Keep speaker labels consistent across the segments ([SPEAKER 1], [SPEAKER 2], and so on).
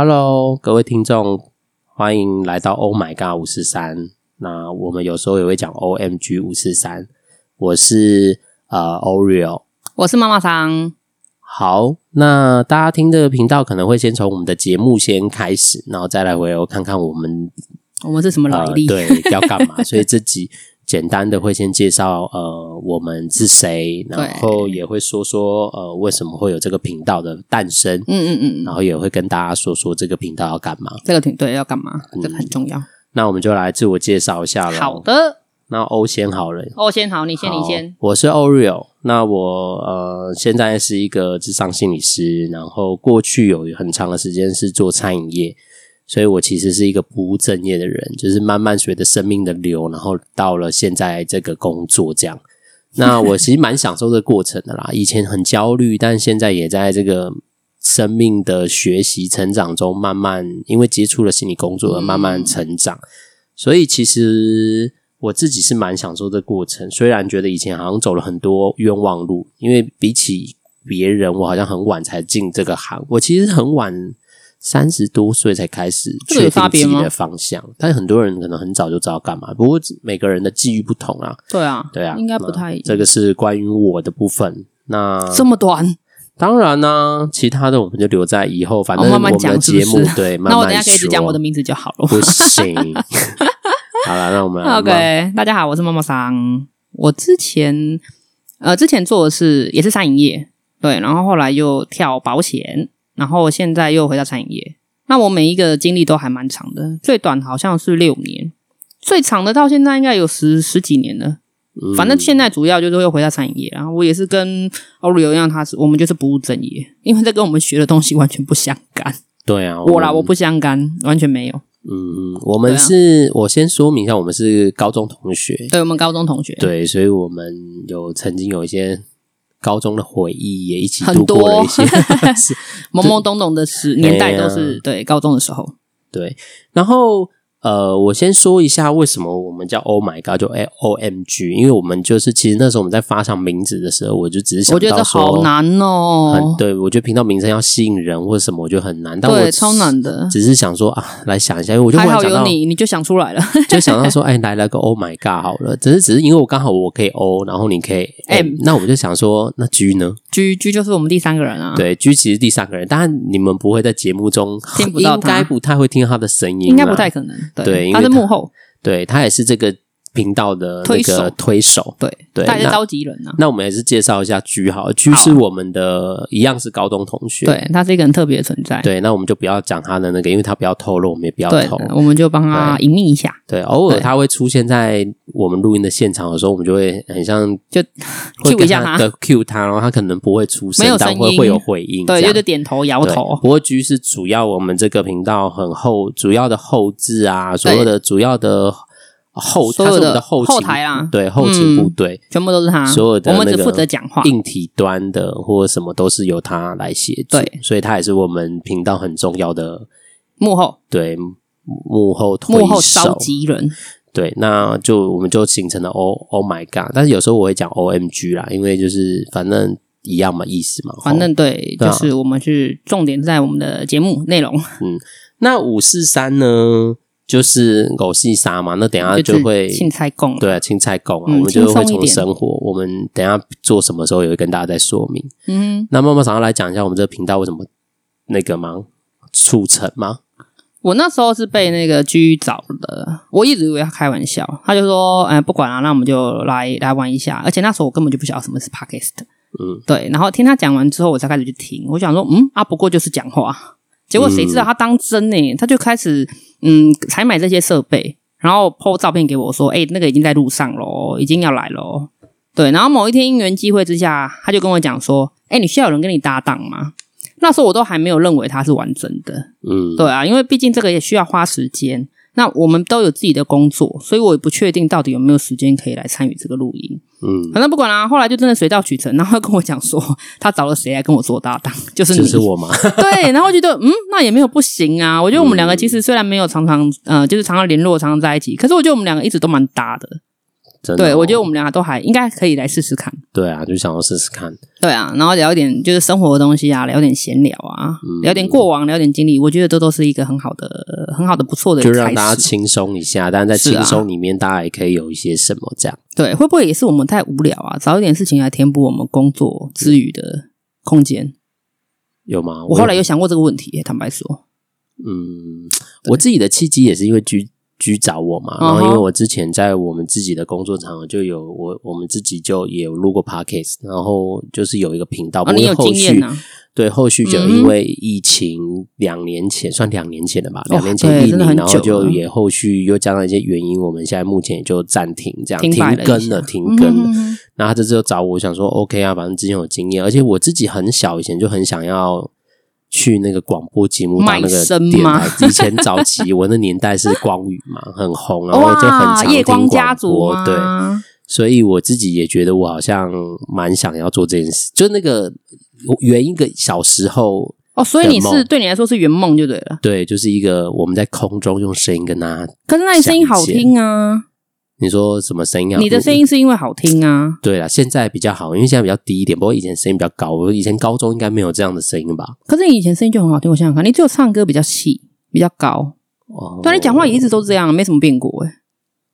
[SPEAKER 1] Hello，各位听众，欢迎来到 Oh My God 五四三。那我们有时候也会讲 OMG 五四三。我是呃 Oreo。
[SPEAKER 2] 我是妈妈桑，
[SPEAKER 1] 好，那大家听这个频道可能会先从我们的节目先开始，然后再来回头看看我们
[SPEAKER 2] 我们是什么来
[SPEAKER 1] 呃
[SPEAKER 2] 历？
[SPEAKER 1] 对要干嘛。所以这集简单的会先介绍呃我们是谁，然后也会说说呃为什么会有这个频道的诞生，
[SPEAKER 2] 嗯嗯嗯嗯，
[SPEAKER 1] 然后也会跟大家说说这个频道要干嘛。
[SPEAKER 2] 这个挺对，要干嘛？这个很重要。
[SPEAKER 1] 那我们就来自我介绍一下了。
[SPEAKER 2] 好，的，
[SPEAKER 1] 那欧先好了，
[SPEAKER 2] 哦，先好，你先，你
[SPEAKER 1] 好
[SPEAKER 2] 先。，
[SPEAKER 1] 我是 Oreo。那我呃，现在是一个智商心理师，然后过去有很长的时间是做餐饮业，所以我其实是一个不务正业的人，就是慢慢随着生命的流，然后到了现在这个工作这样。那我其实蛮享受这个过程的啦，以 前很焦虑，但现在也在这个生命的学习成长中，慢慢因为接触了心理工作而慢
[SPEAKER 2] 嗯
[SPEAKER 1] 慢成长。所以其实我自己是蛮享受这过程，虽然觉得以前好像走了很多冤枉路，因为比起别人，我好像很晚才进这个行。我其实很晚，三十多岁才开始
[SPEAKER 2] 这个
[SPEAKER 1] 确
[SPEAKER 2] 有
[SPEAKER 1] 定
[SPEAKER 2] 差别
[SPEAKER 1] 自己
[SPEAKER 2] 吗
[SPEAKER 1] 的方向，但很多人可能很早就知道干嘛。不过每个人的际遇不同啊，
[SPEAKER 2] 对啊，
[SPEAKER 1] 对啊啊，
[SPEAKER 2] 应该不
[SPEAKER 1] 那
[SPEAKER 2] 太
[SPEAKER 1] 这个是关于我的部分。那
[SPEAKER 2] 这么短。
[SPEAKER 1] 当然呢、其他的我们就留在以后，反
[SPEAKER 2] 哦
[SPEAKER 1] 正我
[SPEAKER 2] 慢慢
[SPEAKER 1] 们的
[SPEAKER 2] 讲是不
[SPEAKER 1] 节
[SPEAKER 2] 是
[SPEAKER 1] 目对慢慢
[SPEAKER 2] 那我等一下可以只讲
[SPEAKER 1] 说
[SPEAKER 2] 我的名字就好了。
[SPEAKER 1] 不行。 好了，那我们
[SPEAKER 2] OK，大家 好，我是妈妈桑。我之前呃，之前做的是也是餐饮业，对，然后后来又跳保险，然后现在又回到餐饮业。那我每一个经历都还蛮长的，最短好像是六年，最长的到现在应该有十十几年了。
[SPEAKER 1] 嗯
[SPEAKER 2] 反正现在主要就是又回到餐饮业，然后我也是跟欧瑞一样，他是我们就是不务正业，因为这跟我们学的东西完全不相干。
[SPEAKER 1] 对啊，
[SPEAKER 2] 我啦，
[SPEAKER 1] 们
[SPEAKER 2] 我不相干，完全没有。
[SPEAKER 1] 嗯，我们
[SPEAKER 2] 对啊
[SPEAKER 1] 是、我先说明一下，我们是高中同学，
[SPEAKER 2] 对我们高中同学，
[SPEAKER 1] 对，所以我们有曾经有一些高中的回忆，也一起
[SPEAKER 2] 很
[SPEAKER 1] 度过了
[SPEAKER 2] 多
[SPEAKER 1] 一些 事
[SPEAKER 2] 懵懵懂懂的时
[SPEAKER 1] 哎
[SPEAKER 2] 年代都是对高中的时候，
[SPEAKER 1] 对，然后呃，我先说一下为什么我们叫 Oh My God，就 O M G，因为我们就是其实那时候我们在发想名字的时候，我就只是想
[SPEAKER 2] 我觉得
[SPEAKER 1] 到
[SPEAKER 2] 这
[SPEAKER 1] 说
[SPEAKER 2] 好难
[SPEAKER 1] 很
[SPEAKER 2] 哦，
[SPEAKER 1] 对我觉得频道名称要吸引人或者什么，我觉得很难，但我
[SPEAKER 2] 对，超难的。
[SPEAKER 1] 只是想说啊，来想一下，因为我就忽
[SPEAKER 2] 还
[SPEAKER 1] 然
[SPEAKER 2] 好
[SPEAKER 1] 想
[SPEAKER 2] 有
[SPEAKER 1] 到，
[SPEAKER 2] 你，你就想出来了。
[SPEAKER 1] 就想到说，哎，来了个 Oh my God 好了，只是只是因为我刚好我可以 O，然后你可以 M，,
[SPEAKER 2] M
[SPEAKER 1] 那我就想说，那 G 呢？
[SPEAKER 2] 居居就是我们第三个人啊，，
[SPEAKER 1] 对，G 其实第三个人，当然你们不会在节目中
[SPEAKER 2] 听不到
[SPEAKER 1] 应
[SPEAKER 2] 他
[SPEAKER 1] 该不太会听到他的声音啦，
[SPEAKER 2] 应该不太可能。
[SPEAKER 1] 对因为
[SPEAKER 2] 他是
[SPEAKER 1] 他
[SPEAKER 2] 幕后，
[SPEAKER 1] 对他也是这个频道的那
[SPEAKER 2] 推
[SPEAKER 1] 个
[SPEAKER 2] 手
[SPEAKER 1] 推手，
[SPEAKER 2] 对，
[SPEAKER 1] 对
[SPEAKER 2] 他也是
[SPEAKER 1] 那
[SPEAKER 2] 召集人啊。
[SPEAKER 1] 那我们还是介绍一下 G 好了，G
[SPEAKER 2] 好啊
[SPEAKER 1] 是我们的一样是高中同学，
[SPEAKER 2] 对，他是一个很特别的存在。
[SPEAKER 1] 对那我们就不要讲他的那个，因为他不要透露，我们也不要
[SPEAKER 2] 对
[SPEAKER 1] 透，
[SPEAKER 2] 我们就帮他隐秘一下，
[SPEAKER 1] 对，偶尔
[SPEAKER 2] 对
[SPEAKER 1] 他会出现在我们录音的现场的时候，我们就会很像
[SPEAKER 2] 就
[SPEAKER 1] 会
[SPEAKER 2] cue 一下
[SPEAKER 1] 跟
[SPEAKER 2] 他
[SPEAKER 1] 对 cue 他，然后他可能不会出声，
[SPEAKER 2] 没有声
[SPEAKER 1] 但
[SPEAKER 2] 音
[SPEAKER 1] 会会有回应，
[SPEAKER 2] 对，
[SPEAKER 1] 这
[SPEAKER 2] 就
[SPEAKER 1] 样
[SPEAKER 2] 是点头摇
[SPEAKER 1] 对
[SPEAKER 2] 头。
[SPEAKER 1] 不过 G 是主要我们这个频道很后主要的后置啊，所有的主要的后，
[SPEAKER 2] 所
[SPEAKER 1] 它是
[SPEAKER 2] 有
[SPEAKER 1] 我们
[SPEAKER 2] 的
[SPEAKER 1] 后
[SPEAKER 2] 后
[SPEAKER 1] 勤
[SPEAKER 2] 台啊，
[SPEAKER 1] 对后勤部队。
[SPEAKER 2] 全部都是他。
[SPEAKER 1] 所有的
[SPEAKER 2] 我们
[SPEAKER 1] 那
[SPEAKER 2] 只
[SPEAKER 1] 个
[SPEAKER 2] 负责讲话。
[SPEAKER 1] 硬体端的或什么都是由他来协助
[SPEAKER 2] 对，
[SPEAKER 1] 所以他也是我们频道很重要的
[SPEAKER 2] 幕后
[SPEAKER 1] 对幕后推手。
[SPEAKER 2] 幕后召集人，
[SPEAKER 1] 对，那就我们就形成了 O Oh my God，但是有时候我会讲 O M G 啦，因为就是反正一样嘛，意思嘛。
[SPEAKER 2] 反
[SPEAKER 1] 吼
[SPEAKER 2] 正对，
[SPEAKER 1] 对
[SPEAKER 2] 就
[SPEAKER 1] 啊
[SPEAKER 2] 是我们是重点在我们的节目内容，
[SPEAKER 1] 那五四三呢，就是狗戏杀嘛，那等一下
[SPEAKER 2] 就是
[SPEAKER 1] 会
[SPEAKER 2] 青菜供。
[SPEAKER 1] 对啊，青菜狗啊，
[SPEAKER 2] 嗯
[SPEAKER 1] 我们就会
[SPEAKER 2] 轻松一
[SPEAKER 1] 从
[SPEAKER 2] 点
[SPEAKER 1] 生活，我们等一下做什么时候也会跟大家再说明。
[SPEAKER 2] 嗯，
[SPEAKER 1] 那妈妈想要来讲一下我们这个频道为什么那个吗？促成吗？
[SPEAKER 2] 我那时候是被那个居找的，我一直以为他开玩笑，他就说：“哎，不管了、那我们就来来玩一下。”而且那时候我根本就不晓得什么是 podcast，
[SPEAKER 1] 嗯，
[SPEAKER 2] 对。然后听他讲完之后，我才开始去听。我想说，嗯啊，不过就是讲话。结果谁知道他当真呢、他就开始嗯，采买这些设备，然后 PO 照片给我说：“哎、那个已经在路上喽，已经要来喽。”对，然后某一天因缘际会之下，他就跟我讲说：“哎、你需要有人跟你搭档吗？”那时候我都还没有认为他是完整的，
[SPEAKER 1] 嗯，
[SPEAKER 2] 对啊，因为毕竟这个也需要花时间。那我们都有自己的工作，所以我也不确定到底有没有时间可以来参与这个录音。
[SPEAKER 1] 嗯，
[SPEAKER 2] 反正不管啦、后来就真的水到渠成。然后他跟我讲说，他找了谁来跟我做搭档，就是你。
[SPEAKER 1] 就是我嘛。
[SPEAKER 2] 对，然后我觉得嗯，那也没有不行啊。我觉得我们两个其实虽然没有常常呃，就是常常联络、常常在一起，可是我觉得我们两个一直都蛮搭的。
[SPEAKER 1] 真的哦、
[SPEAKER 2] 对，我觉得我们俩都还应该可以来试试看。
[SPEAKER 1] 对啊，就想要试试看。
[SPEAKER 2] 对啊，然后聊一点就是生活的东西啊，聊点闲聊啊，
[SPEAKER 1] 嗯
[SPEAKER 2] 聊点过往，聊点经历，我觉得这都是一个很好的、很好的、不错的
[SPEAKER 1] 就
[SPEAKER 2] 开
[SPEAKER 1] 让
[SPEAKER 2] 始。
[SPEAKER 1] 大家轻松一下，但是在
[SPEAKER 2] 是啊
[SPEAKER 1] 轻松里面，大家也可以有一些什么这样。
[SPEAKER 2] 对，会不会也是我们太无聊啊？找一点事情来填补我们工作之余的空间。
[SPEAKER 1] 有吗？
[SPEAKER 2] 我后来有想过这个问题耶，欸坦白说，
[SPEAKER 1] 嗯，我自己的契机也是因为居居找我嘛，然后
[SPEAKER 2] 嗯
[SPEAKER 1] 因为我之前在我们自己的工作场合就有我我们自己就也有录过 podcast，然后就是有一个频道，不
[SPEAKER 2] 啊，你
[SPEAKER 1] 过
[SPEAKER 2] 有
[SPEAKER 1] 后
[SPEAKER 2] 经
[SPEAKER 1] 续
[SPEAKER 2] 验啊？
[SPEAKER 1] 对后续就
[SPEAKER 2] 嗯
[SPEAKER 1] 因为疫情两年前算两年前了吧，
[SPEAKER 2] 哇
[SPEAKER 1] 两年前
[SPEAKER 2] 对
[SPEAKER 1] 疫
[SPEAKER 2] 真的
[SPEAKER 1] 情，
[SPEAKER 2] 很
[SPEAKER 1] 然后
[SPEAKER 2] 久
[SPEAKER 1] 就
[SPEAKER 2] 了
[SPEAKER 1] 也后续又加上一些原因，我们现在目前也就暂停这样
[SPEAKER 2] 停摆了一
[SPEAKER 1] 更
[SPEAKER 2] 下
[SPEAKER 1] 了，停更了。
[SPEAKER 2] 嗯
[SPEAKER 1] 那他这次就找我，想说 OK 啊，反正之前有经验，而且我自己很小以前就很想要去那个广播节目当那
[SPEAKER 2] 卖
[SPEAKER 1] 个
[SPEAKER 2] 身
[SPEAKER 1] 电
[SPEAKER 2] 吗
[SPEAKER 1] 台。以前早期我那年代是光宇嘛，很红， 然后就很
[SPEAKER 2] 哇，
[SPEAKER 1] 常
[SPEAKER 2] 夜
[SPEAKER 1] 听
[SPEAKER 2] 光家
[SPEAKER 1] 广
[SPEAKER 2] 族
[SPEAKER 1] 播，
[SPEAKER 2] 吗？
[SPEAKER 1] 对，所以我自己也觉得我好像蛮想要做这件事，就那个我原一个小时候。
[SPEAKER 2] 哦，所以你
[SPEAKER 1] 的
[SPEAKER 2] 是
[SPEAKER 1] 梦
[SPEAKER 2] 对你来说是圆梦就对了。
[SPEAKER 1] 对，就是一个我们在空中用声音跟他，
[SPEAKER 2] 可是那你声音好听啊，
[SPEAKER 1] 你说什么声音啊？
[SPEAKER 2] 你的声音是因为好听啊。
[SPEAKER 1] 对啦，现在比较好，因为现在比较低一点，不过以前声音比较高。我以前高中应该没有这样的声音吧？
[SPEAKER 2] 可是你以前声音就很好听，我想想看，你只有唱歌比较细，比较高，
[SPEAKER 1] 哦，
[SPEAKER 2] 对啊，你讲话也一直都这样，没什么变过哎、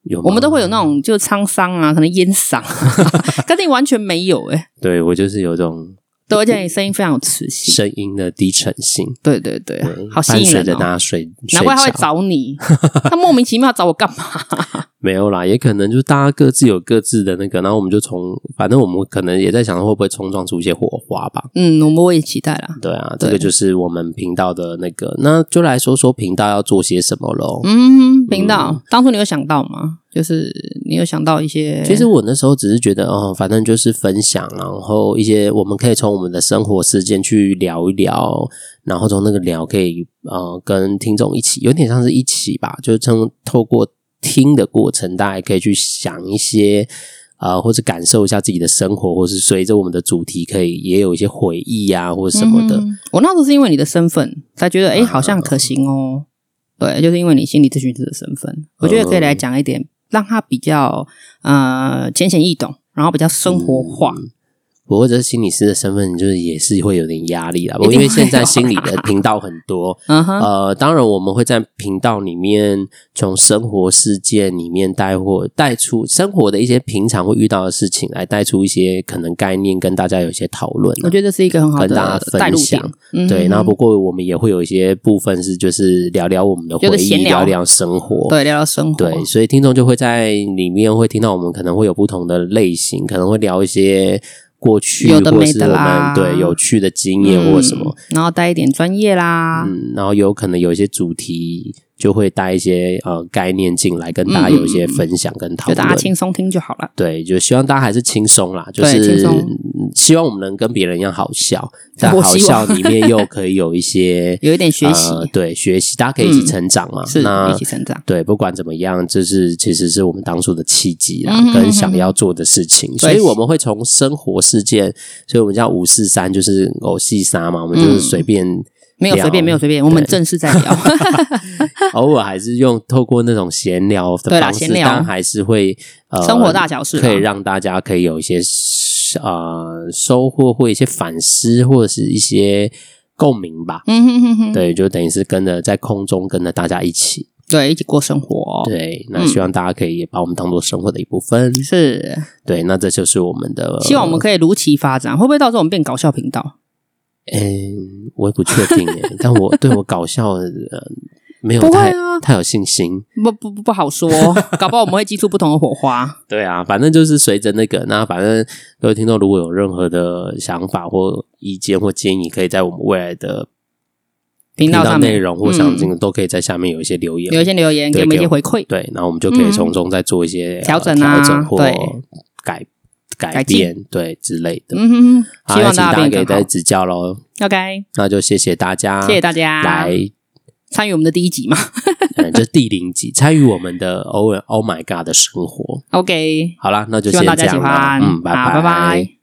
[SPEAKER 1] 有吗，
[SPEAKER 2] 我们都会有那种就是沧桑啊，可能烟嗓， 可是你完全没有哎、
[SPEAKER 1] 对我就是有种
[SPEAKER 2] 对，而且你声音非常有磁性，
[SPEAKER 1] 声音的低沉性，
[SPEAKER 2] 对对对，
[SPEAKER 1] 对，
[SPEAKER 2] 好吸
[SPEAKER 1] 伴
[SPEAKER 2] 引
[SPEAKER 1] 随
[SPEAKER 2] 人
[SPEAKER 1] 着大
[SPEAKER 2] 哦。
[SPEAKER 1] 家睡，
[SPEAKER 2] 难怪他会
[SPEAKER 1] 睡着
[SPEAKER 2] 找你，他莫名其妙找我干嘛？
[SPEAKER 1] 没有啦，也可能就是大家各自有各自的那个，然后我们就从，反正我们可能也在想会不会冲撞出一些火花吧。
[SPEAKER 2] 嗯，我们我也期待啦。
[SPEAKER 1] 对啊，
[SPEAKER 2] 对
[SPEAKER 1] 这个就是我们频道的那个，那就来说说频道要做些什么喽。
[SPEAKER 2] 嗯，频道，当初你有想到吗？就是你有想到一些，
[SPEAKER 1] 其实我那时候只是觉得，哦，反正就是分享，然后一些我们可以从我们的生活事件去聊一聊，然后从那个聊可以呃跟听众一起，有点像是一起吧，就是从透过听的过程，大家也可以去想一些。啊、或者感受一下自己的生活，或是随着我们的主题，可以也有一些回忆啊，或者什么的。嗯
[SPEAKER 2] 嗯我那时候是因为你的身份才觉得，哎、好像可行哦。对，就是因为你心理咨询师的身份，我觉得可以
[SPEAKER 1] 嗯
[SPEAKER 2] 来讲一点，让他比较呃浅显易懂，然后比较生活化。
[SPEAKER 1] 不过，这心理师的身份就是也是会有点压力啦。不
[SPEAKER 2] 一
[SPEAKER 1] 过，
[SPEAKER 2] 定会
[SPEAKER 1] 因
[SPEAKER 2] 啊
[SPEAKER 1] 为现在心理的频道很多，
[SPEAKER 2] 嗯哼，
[SPEAKER 1] 呃，当然我们会在频道里面从生活事件里面带或带出生活的一些平常会遇到的事情，来带出一些可能概念，跟大家有一些讨论啊、
[SPEAKER 2] 我觉得这是一个很好
[SPEAKER 1] 跟大
[SPEAKER 2] 的
[SPEAKER 1] 家
[SPEAKER 2] 带
[SPEAKER 1] 分
[SPEAKER 2] 路
[SPEAKER 1] 享
[SPEAKER 2] 点。嗯
[SPEAKER 1] 对，那
[SPEAKER 2] 哼
[SPEAKER 1] 不过我们也会有一些部分是就是聊聊我们的回
[SPEAKER 2] 就是闲
[SPEAKER 1] 忆，聊
[SPEAKER 2] 聊
[SPEAKER 1] 聊生活。
[SPEAKER 2] 对聊聊生活，
[SPEAKER 1] 对，所以听众就会在里面会听到我们可能会有不同的类型，可能会聊一些过去
[SPEAKER 2] 有的
[SPEAKER 1] 或
[SPEAKER 2] 没
[SPEAKER 1] 是
[SPEAKER 2] 的
[SPEAKER 1] 我们
[SPEAKER 2] 啦
[SPEAKER 1] 对有趣的经验或什么。
[SPEAKER 2] 嗯，然后带一点专业啦。
[SPEAKER 1] 嗯，然后有可能有一些主题就会带一些呃概念进来，跟大家
[SPEAKER 2] 嗯
[SPEAKER 1] 有一些分享跟讨
[SPEAKER 2] 就大家
[SPEAKER 1] 论。
[SPEAKER 2] 轻松听就好了，
[SPEAKER 1] 对，就希望大家还是轻松啦，就
[SPEAKER 2] 对轻
[SPEAKER 1] 是
[SPEAKER 2] 松
[SPEAKER 1] 嗯希望我们能跟别人一样好笑，但
[SPEAKER 2] 我
[SPEAKER 1] 好
[SPEAKER 2] 希
[SPEAKER 1] 笑
[SPEAKER 2] 望
[SPEAKER 1] 里面又可以有一些
[SPEAKER 2] 有一点学习嗯
[SPEAKER 1] 呃对，学习，大家可以一起成长嘛。
[SPEAKER 2] 是
[SPEAKER 1] 那
[SPEAKER 2] 一起成长。
[SPEAKER 1] 对，不管怎么样，这是其实是我们当初的契机啦，
[SPEAKER 2] 嗯哼
[SPEAKER 1] 跟想要做的事情，所以
[SPEAKER 2] 对
[SPEAKER 1] 我们会从生活事件，所以我们叫五四三，就是偶戏杀嘛，我们就是随便、
[SPEAKER 2] 嗯没有随便，没有随便，我们正式在 聊。
[SPEAKER 1] 偶尔还是用透过那种闲聊的
[SPEAKER 2] 对啦
[SPEAKER 1] 方式，
[SPEAKER 2] 闲聊
[SPEAKER 1] 但还是会呃
[SPEAKER 2] 生活大小事啦
[SPEAKER 1] 可以让大家可以有一些呃收获或一些反思，或者是一些共鸣吧。
[SPEAKER 2] 嗯哼哼哼，
[SPEAKER 1] 对，就等于是跟着在空中跟着大家一起，
[SPEAKER 2] 对，一起过生活。
[SPEAKER 1] 对，
[SPEAKER 2] 嗯
[SPEAKER 1] 那希望大家可以也把我们当做生活的一部分。
[SPEAKER 2] 是，
[SPEAKER 1] 对，那这就是我们的，
[SPEAKER 2] 希望我们可以如期发展。会不会到时候我们变搞笑频道？
[SPEAKER 1] 嗯，我也不确定诶，但我对我搞笑的、呃、没有
[SPEAKER 2] 不会
[SPEAKER 1] 太、
[SPEAKER 2] 啊
[SPEAKER 1] 太有信心。
[SPEAKER 2] 不不不不好说， 搞不好我们会激出不同的火花。
[SPEAKER 1] 对啊，反正就是随着那个，那反正各位听众如果有任何的想法或意见或建议，可以在我们未来的
[SPEAKER 2] 频
[SPEAKER 1] 频
[SPEAKER 2] 道
[SPEAKER 1] 道
[SPEAKER 2] 上面嗯
[SPEAKER 1] 内容或详情、都可以在下面有一些留言。
[SPEAKER 2] 留一些留言，
[SPEAKER 1] 对
[SPEAKER 2] 给我们一
[SPEAKER 1] 给
[SPEAKER 2] 些
[SPEAKER 1] 我
[SPEAKER 2] 回馈，
[SPEAKER 1] 对，然后我们就可以从中再做一些、
[SPEAKER 2] 调整
[SPEAKER 1] 呃
[SPEAKER 2] 啊
[SPEAKER 1] 调整或
[SPEAKER 2] 对
[SPEAKER 1] 改改
[SPEAKER 2] 改进
[SPEAKER 1] 变，对之类的。
[SPEAKER 2] 嗯哼哼，
[SPEAKER 1] 好
[SPEAKER 2] 希
[SPEAKER 1] 那
[SPEAKER 2] 望
[SPEAKER 1] 请大
[SPEAKER 2] 大家
[SPEAKER 1] 家
[SPEAKER 2] 变
[SPEAKER 1] 可以
[SPEAKER 2] 得更
[SPEAKER 1] 再
[SPEAKER 2] 好。
[SPEAKER 1] 指教喽。
[SPEAKER 2] OK，
[SPEAKER 1] 那就谢谢大家，
[SPEAKER 2] 谢谢大家
[SPEAKER 1] 来，
[SPEAKER 2] 参与我们的第一集嘛。
[SPEAKER 1] 嗯，就是第零集参与我们的 Oh Oh My God 的生活。
[SPEAKER 2] OK，
[SPEAKER 1] 好啦，那就
[SPEAKER 2] 希望
[SPEAKER 1] 先
[SPEAKER 2] 大
[SPEAKER 1] 这
[SPEAKER 2] 家喜
[SPEAKER 1] 样啦，
[SPEAKER 2] 欢，
[SPEAKER 1] 嗯，
[SPEAKER 2] 好拜拜。